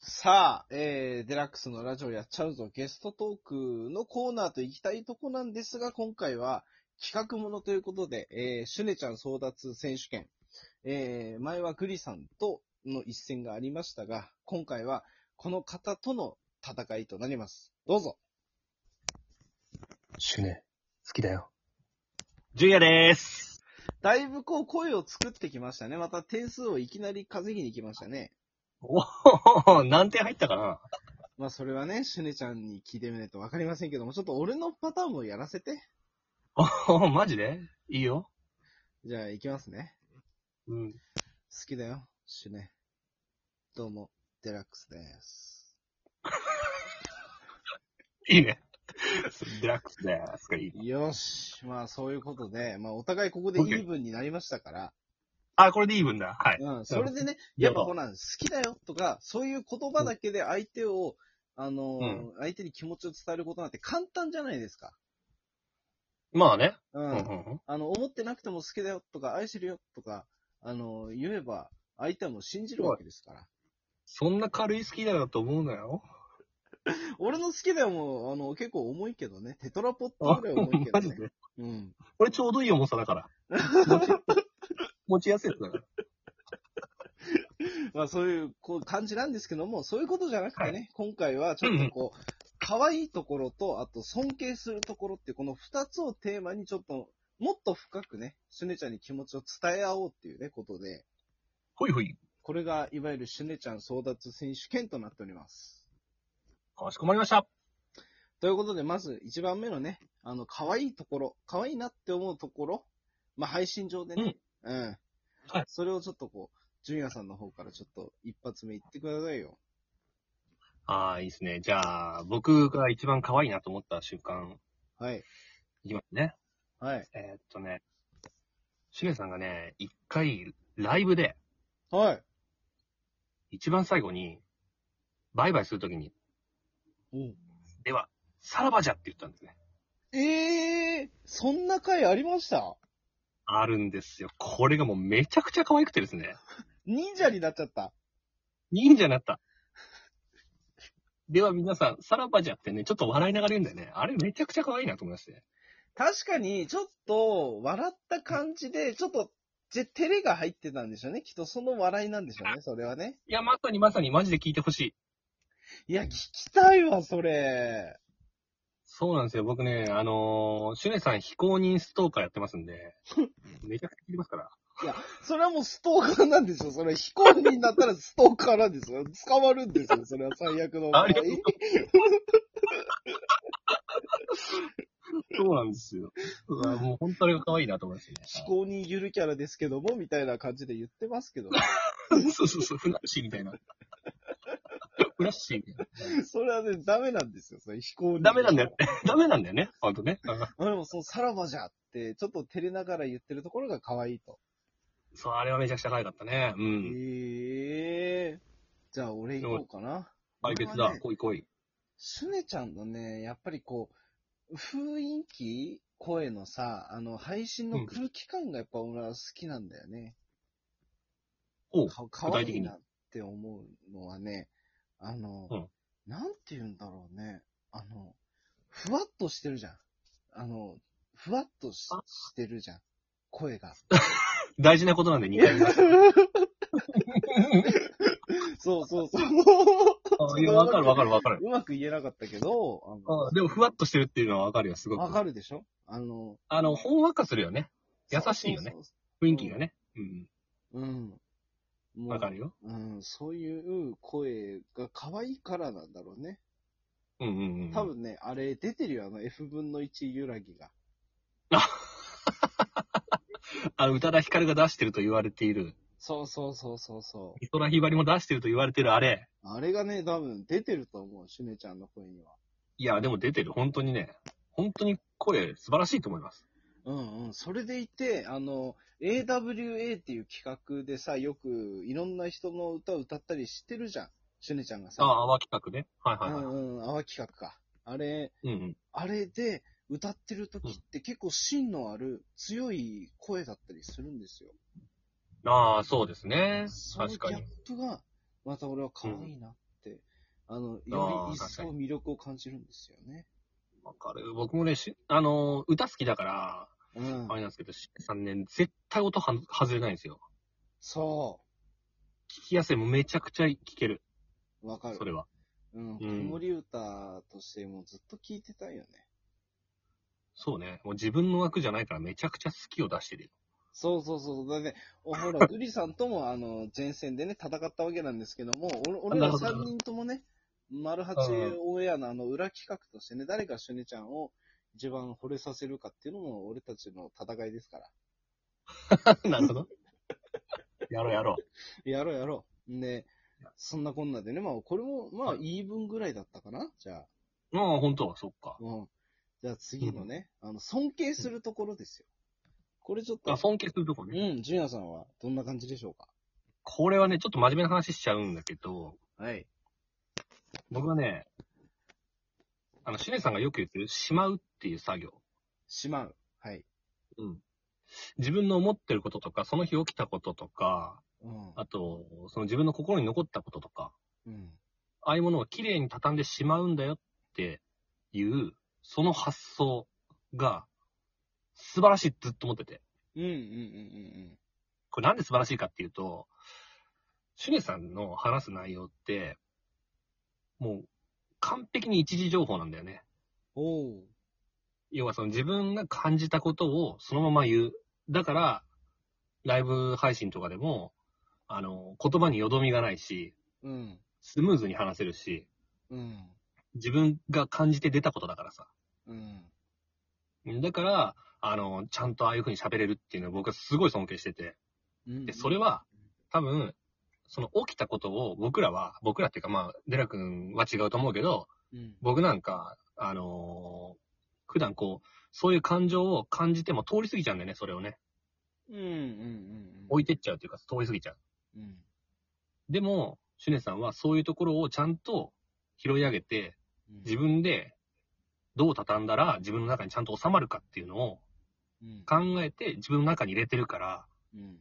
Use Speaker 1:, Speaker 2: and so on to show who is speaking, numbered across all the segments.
Speaker 1: さあ、えー、デラックスのラジオやっちゃうぞゲストトークのコーナーと行きたいとこなんですが、今回は企画ものということで、えー、シュネちゃん争奪選手権。えー、前はグリさんとの一戦がありましたが、今回はこの方との戦いとなります。どうぞ。
Speaker 2: シュネ、好きだよ。
Speaker 3: 純也です。
Speaker 1: だいぶこう声を作ってきましたね。また点数をいきなり稼ぎに来ましたね。
Speaker 3: おお、何点入ったかな
Speaker 1: まあそれはね、シュネちゃんに聞いてみないとわかりませんけども、ちょっと俺のパターンもやらせて。
Speaker 3: おお、マジでいいよ。
Speaker 1: じゃあ行きますね。
Speaker 3: うん。
Speaker 1: 好きだよ、シュネ。どうも、デラックスです。
Speaker 3: いいね。デラックスです。いいね
Speaker 1: よし。まあ、そういうことで、まあ、お互いここでイーブンになりましたから、
Speaker 3: あ、これでイーブンだ。はい。
Speaker 1: うん、それでね、やっぱほら、好きだよとか、そういう言葉だけで相手を、あのー
Speaker 3: うん
Speaker 1: 相手に気持ちを伝えることなんて簡単じゃないですか。
Speaker 3: まあね。
Speaker 1: う。
Speaker 3: うんんうん
Speaker 1: あの、思ってなくても好きだよとか、愛してるよとか、あのー言えば、相手はもう信じるわけですから。
Speaker 3: そんな軽い好きだよと思うなよ。
Speaker 1: 俺の好きだよも、あの、結構重いけどね。テトラポットぐらい重いけど
Speaker 3: マジ
Speaker 1: ね。
Speaker 3: で
Speaker 1: うん。
Speaker 3: これちょうどいい重さだから。持ち持ちやすいやつだから。
Speaker 1: まあそういうこう感じなんですけども、そういうことじゃなくてね、今回はちょっとこう、可愛いところと、あと尊敬するところって、この二つをテーマにちょっと、もっと深くね、シュネちゃんに気持ちを伝え合おうっていうね、ことで、
Speaker 3: ほいほい。
Speaker 1: これがいわゆるシュネちゃん争奪選手権となっております。
Speaker 3: かしこまりました。
Speaker 1: ということで、まず一番目のね、あの、可愛いところ、可愛いなって思うところ、まあ配信上でね、うん。
Speaker 3: はい
Speaker 1: それをちょっとこう、純也さんの方からちょっと一発目言ってくださいよ。
Speaker 3: ああ、いいですね。じゃあ、僕が一番可愛いなと思った瞬間、
Speaker 1: はい。
Speaker 3: いきますね。
Speaker 1: はい。
Speaker 3: えーっとね、しげさんがね、一回、ライブで、
Speaker 1: はい。
Speaker 3: 一番最後に、バイバイするときに、
Speaker 1: うん
Speaker 3: では、さらばじゃって言ったんですね。
Speaker 1: ええそんな回ありました
Speaker 3: あるんですよ。これがもうめちゃくちゃ可愛くてですね。
Speaker 1: 忍者になっちゃった。
Speaker 3: 忍者になった。では皆さん、さらばじゃってね、ちょっと笑いながら言うんだよね。あれめちゃくちゃ可愛いなと思いまして。
Speaker 1: 確かに、ちょっと、笑った感じで、ちょっと、ぜ、照れが入ってたんでしょうね。きっとその笑いなんでしょうね、それはね。
Speaker 3: いや、まさにまさにマジで聞いてほしい。
Speaker 1: いや、聞きたいわ、それ。
Speaker 3: そうなんですよ。僕ね、あのー、シュネさん非公認ストーカーやってますんで、めちゃくちゃ聞いてますから。
Speaker 1: それはもうストーカーなんでしょそれ、非公認になったらストーカーなんですよ。捕まるんですよ、それは最悪の場合。
Speaker 3: ありがとう そうなんですよ。うわもう本当に可愛いなと思いましたね。
Speaker 1: 非公認ゆるキャラですけども、みたいな感じで言ってますけど、
Speaker 3: そうそうそう、フラッシーみたい な。フラッシーみたい
Speaker 1: それはね、ダメなんですよ、それ、非公認。
Speaker 3: な。ダメなんだよ。ダメなんだよね。 ほんとね。うん
Speaker 1: まあでも、そのさらばじゃって、ちょっと照れながら言ってるところが可愛いと。
Speaker 3: そう、あれはめちゃくちゃ可愛かったね。う
Speaker 1: へ
Speaker 3: ん。
Speaker 1: えじゃあ、俺行こうかな。
Speaker 3: 解決
Speaker 1: 俺は
Speaker 3: だ
Speaker 1: ね。
Speaker 3: 来い来い。
Speaker 1: すねちゃんのね、やっぱりこう、雰囲気声のさ、あの、配信の空気感がやっぱ俺は好きなんだよね。
Speaker 3: おう
Speaker 1: か可
Speaker 3: 具体
Speaker 1: 愛
Speaker 3: 的
Speaker 1: い
Speaker 3: に
Speaker 1: なって思うのはね、あの、
Speaker 3: うん
Speaker 1: なんて言うんだろうね。あの、ふわっとしてるじゃん。あの、ふわっとし
Speaker 3: あ
Speaker 1: してるじゃん。声が。
Speaker 3: 大事なことなんで2回言いました。
Speaker 1: そうそうそう。
Speaker 3: あいや、わかるわかるわかる。
Speaker 1: うまく言えなかったけど、あの
Speaker 3: あでも、ふわっとしてるっていうのはわかるよ、すご
Speaker 1: わ
Speaker 3: く。
Speaker 1: かるでしょあの、
Speaker 3: あの、ほんわかするよね。優しいよね
Speaker 1: そうそう
Speaker 3: 雰囲気がね。うん。
Speaker 1: そう。うん。もう
Speaker 3: わかるよ。
Speaker 1: うん、そういう声が可愛いからなんだろうね。
Speaker 3: うんうんうん。
Speaker 1: 多。分ね、あれ出てるよ、あの F 分の1揺らぎが。
Speaker 3: あ、宇多田ヒカルが出してると言われている。
Speaker 1: そうそうそうそうそ
Speaker 3: 美空ひばりも出してると言われてるあれ。
Speaker 1: う。あれがね、多分出てると思う、シュネちゃんの声には。
Speaker 3: いや、でも出てる。本当にね。本当に声素晴らしいと思います。
Speaker 1: うんうん。それでいて、あの、AWA っていう企画でさ、よくいろんな人の歌を歌ったりしてるじゃん。シュネちゃんがさ。
Speaker 3: ああ、泡企画ね。はいはいはい。
Speaker 1: うんうん、泡企画か。あれ、
Speaker 3: うんうん。
Speaker 1: あれで歌ってる時って結構芯のある強い声だったりするんですよ。
Speaker 3: ああ、そうですね。
Speaker 1: そのギ
Speaker 3: 確か
Speaker 1: ャッ
Speaker 3: に。
Speaker 1: プが、また俺は可愛いなってあの、
Speaker 3: あ
Speaker 1: よ
Speaker 3: ー
Speaker 1: り一層
Speaker 3: 確か
Speaker 1: 魅力を感じるんですよね。
Speaker 3: わかる。僕もね、しあの、歌好きだから、
Speaker 1: うん
Speaker 3: あ。れなんですけど、シンさんね、絶対音は外れないんですよ。
Speaker 1: そ
Speaker 3: 聞きやすい。もうめちゃくちゃ聞ける。
Speaker 1: う。わかる
Speaker 3: そ。れは。
Speaker 1: うん。
Speaker 3: ん
Speaker 1: 子守歌としてもうずっと聴いてたいよね。
Speaker 3: そうね。もう自分の枠じゃないからめちゃくちゃ好きを出して るよ。
Speaker 1: そうそうそう。だね、おほら、グリさんとも、あの、前線でね、戦ったわけなんですけども、 お俺
Speaker 3: な
Speaker 1: ら
Speaker 3: るほど
Speaker 1: 3人ともね、丸八オンエアのあの、裏企画としてね、誰がシュネちゃんを一番惚れさせるかっていうのも、俺たちの戦いですから。
Speaker 3: なるほど。やろうやろ
Speaker 1: やろうやろう。んで、そんなこんなでね、まあ、これも、まあ、言い分ぐらいだったかなじゃあ。
Speaker 3: う。まあ、本当は、そっか。
Speaker 1: うん。じゃあ次のね、あの、尊敬するところですよ。これちょっと
Speaker 3: あ、、尊敬するとこね。
Speaker 1: うん、ジュさんはどんな感じでしょうか
Speaker 3: これはね、ちょっと真面目な話しちゃうんだけど、
Speaker 1: はい。
Speaker 3: 僕はね、あの、シネさんがよく言ってる、しまうっていう作業。
Speaker 1: しまう。はい。
Speaker 3: うん。自分の思ってることとか、その日起きたこととか、
Speaker 1: うん。
Speaker 3: あと、その自分の心に残ったこととか、
Speaker 1: うん。
Speaker 3: ああいうものをきれいに畳んでしまうんだよっていう、その発想が、素晴らしいってずっと思ってて。
Speaker 1: うんうんうんうん
Speaker 3: これなんで素晴らしいかっていうと、シュネさんの話す内容って、もう完璧に一時情報なんだよね。
Speaker 1: うん。おう。
Speaker 3: 要はその自分が感じたことをそのまま言う。だから、ライブ配信とかでも、あの、言葉によどみがないし、
Speaker 1: うん。
Speaker 3: スムーズに話せるし、
Speaker 1: うん。
Speaker 3: 自分が感じて出たことだからさ。
Speaker 1: うん。
Speaker 3: だから、あの、ちゃんとああいう風に喋れるっていうのは僕はすごい尊敬してて。
Speaker 1: うん
Speaker 3: で、それ、は、多分、その起きたことを僕らは、僕らっていうかまあ、デラ君は違うと思うけど、
Speaker 1: うん。
Speaker 3: 僕なんか、あのー普段こう、そういう感情を感じても通り過ぎちゃうんだよね、それをね。
Speaker 1: うんうんうん。
Speaker 3: 置いてっちゃうというか、通り過ぎちゃう。
Speaker 1: うん。
Speaker 3: でも、シュネさんはそういうところをちゃんと拾い上げて、自
Speaker 1: 分、
Speaker 3: 分でどう畳んだら自分の中にちゃんと収まるかっていうのを
Speaker 1: うん。
Speaker 3: 考えて自分の中に入れてるから、
Speaker 1: うん。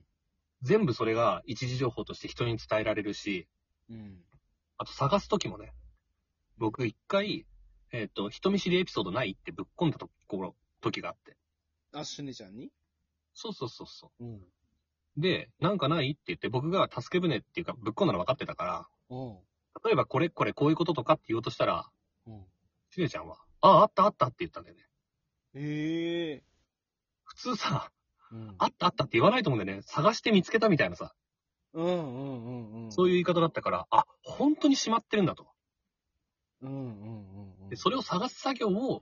Speaker 3: 全部それが一時情報として人に伝えられるし、
Speaker 1: うん。
Speaker 3: あと探すときもね、僕一回、えっ、と、人見知りエピソードないってぶっ込んだところ、時があって。
Speaker 1: あ、シュネちゃんに
Speaker 3: そうそうそうそ
Speaker 1: うん。
Speaker 3: う。で、なんかないって言って僕が助け舟っていうかぶっ込んだの分かってたから、
Speaker 1: おう。
Speaker 3: 例えばこれこれこういうこととかって言おうとしたら、
Speaker 1: うん。
Speaker 3: しねちゃんは、ああ、あったあったって言ったんだよね。
Speaker 1: ええ
Speaker 3: 普通さ、
Speaker 1: うん
Speaker 3: あったあったって言わないと思うんだよね。探して見つけたみたいなさ、
Speaker 1: うんうんうんうん。
Speaker 3: そういう言い方だったから、あ、本当にしまってるんだと。
Speaker 1: うんうんうんうん。
Speaker 3: でそれを探す作業を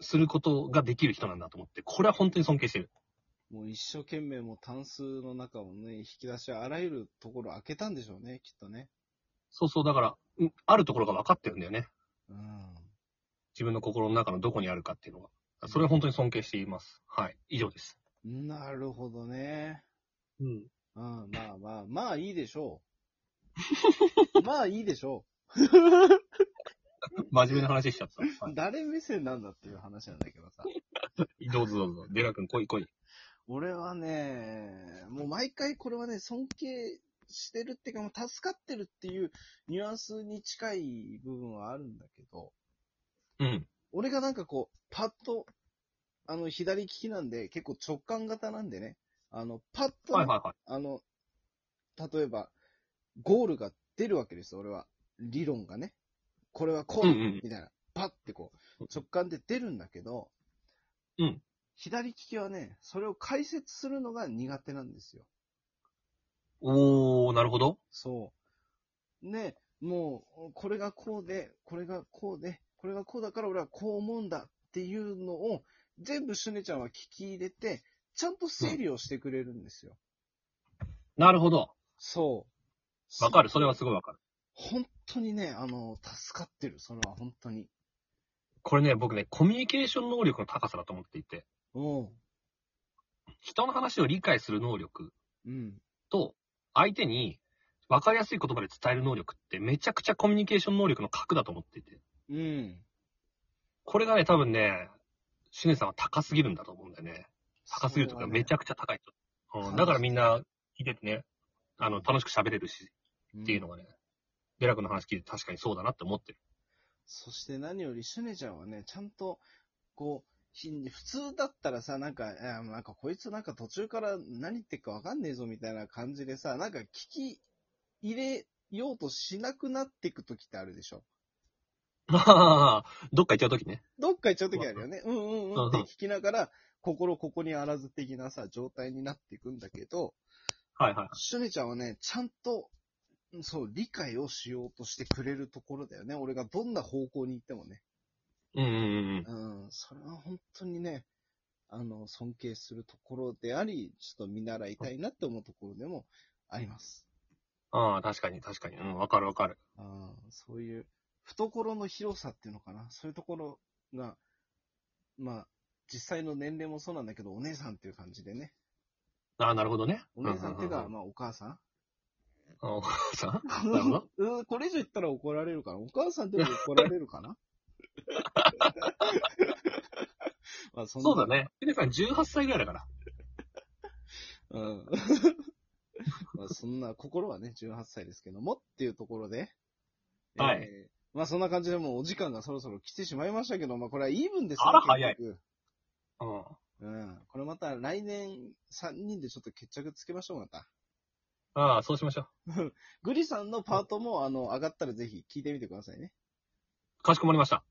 Speaker 3: することができる人なんだと思って、これは本当に尊敬してる。
Speaker 1: もう一生懸命もう単数の中をね、引き出しはあらゆるところ開けたんでしょうね、きっとね。
Speaker 3: そうそう、だから、うんあるところが分かってるんだよね。
Speaker 1: うん。
Speaker 3: 自分の心の中のどこにあるかっていうのが。それは本当に尊敬しています。はい。以上です。
Speaker 1: なるほどね。
Speaker 3: うん。
Speaker 1: うん、まあまあ、まあいいでしょう。まあいいでしょ
Speaker 3: 真面目な話しちゃった。は
Speaker 1: う。
Speaker 3: い
Speaker 1: 誰目線なんだっていう話なんだけどさ。
Speaker 3: どうぞどうぞ。デラ君、来い来い。
Speaker 1: 俺はね、もう毎回これはね、尊敬してるっていうか、もう助かってるっていうニュアンスに近い部分はあるんだけど、
Speaker 3: うん。
Speaker 1: 俺がなんかこう、パッと、あの、左利きなんで、結構直感型なんでね、あの、パッとね、
Speaker 3: はいはいはい。
Speaker 1: あの、例えば、ゴールが出るわけですよ、俺は。理論がね。これはこうだ、
Speaker 3: うんうん
Speaker 1: みたいな。パッてこう、直感で出るんだけど、
Speaker 3: うん
Speaker 1: 左利きはね、それを解説するのが苦手なんですよ。
Speaker 3: おー、なるほど。
Speaker 1: そう。ね、もう、これがこうで、これがこうで、これがこうだから俺はこう思うんだっていうのを、全部シュネちゃんは聞き入れて、ちゃんと整理をしてくれるんですよ。
Speaker 3: なるほど。
Speaker 1: そう。
Speaker 3: わかる。それはすごいわかる。
Speaker 1: 本当にね、あの、助かってる。それは本当に。
Speaker 3: これね、僕ね、コミュニケーション能力の高さだと思っていて、
Speaker 1: おう。
Speaker 3: 人の話を理解する能力
Speaker 1: うん。
Speaker 3: と、相手に分かりやすい言葉で伝える能力って、めちゃくちゃコミュニケーション能力の核だと思っていて、
Speaker 1: うん。
Speaker 3: これがね、多分ね、シネさんは高すぎるんだと思うんだよね。高すぎるというか、めち
Speaker 1: ゃ
Speaker 3: ゃくちゃ高いと。、
Speaker 1: そううんね
Speaker 3: だからみんな、聞いててね、あの、楽しく喋れるし、
Speaker 1: っ
Speaker 3: っていうの
Speaker 1: が。
Speaker 3: がね、デラクの話聞いて確かにそうだなって思ってる。
Speaker 1: そして何より、シュネちゃんはね、ちゃんと、こう、ひ普通だったらさ、なんか、いやなんかこいつなんか途中から何言ってっかわかんねえぞみたいな感じでさ、なんか聞き入れようとしなくなっていく時ってあるでしょ
Speaker 3: ああ、どっか行っちゃうときね。
Speaker 1: どっか行っちゃう時あるよね。うんうんうんって
Speaker 3: うんうん
Speaker 1: 聞きながら、心ここにあらず的なさ、状態になっていくんだけど、
Speaker 3: はいはい。
Speaker 1: シュネちゃんはね、ちゃんと、そう、理解をしようとしてくれるところだよね。俺がどんな方向に行ってもね。
Speaker 3: うんうんうんうん。
Speaker 1: うん、それは本当にね、あの、尊敬するところであり、ちょっと見習いたいなって思うところでもあります。
Speaker 3: ああ、確かに確かに。うん、わかるわかる。
Speaker 1: あーそういう、懐の広さっていうのかな。そういうところが、まあ、実際の年齢もそうなんだけど、お姉さんっていう感じでね。
Speaker 3: ああ、なるほどね。
Speaker 1: お姉さんっていう
Speaker 3: う
Speaker 1: か、
Speaker 3: う
Speaker 1: まあ、お母さん。
Speaker 3: うんあお母さんなるほど。
Speaker 1: うん、これ以上言ったら怒られるかな。お母さんでも怒られるかな。 まあ、そんな
Speaker 3: そうだね。ヒデさん18歳ぐらいだから。
Speaker 1: うん。 まあそんな、心はね、18歳ですけどもっていうところで。
Speaker 3: はい
Speaker 1: えーまあそんな感じでもうお時間がそろそろ来てしまいましたけど、まあこれはイーブンです
Speaker 3: あら早い
Speaker 1: 結局
Speaker 3: うん。
Speaker 1: うん。これまた来年3人でちょっと決着つけましょう、また。
Speaker 3: ああ、そうしましょう。
Speaker 1: グリさんのパートも、あの、上がったらぜひ聞いてみてくださいね。
Speaker 3: かしこまりました。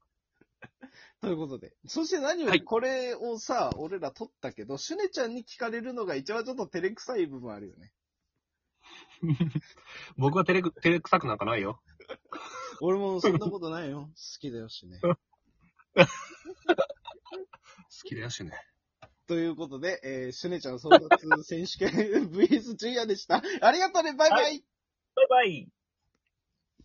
Speaker 1: ということで。そして何よ
Speaker 3: は
Speaker 1: り
Speaker 3: い
Speaker 1: これをさ、俺ら撮ったけど、シュネちゃんに聞かれるのが一番ちょっと照れくさい部分あるよね。
Speaker 3: 僕は照れく、照れくさくなんかないよ。
Speaker 1: 俺もそんなことないよ。好きだよ しね。
Speaker 3: 好きだよしね。
Speaker 1: ということで、えー、シュネ ちゃん争奪選手権 VS ジュニアでした。ありがとうね、バイバイ、
Speaker 3: はいバイバイ。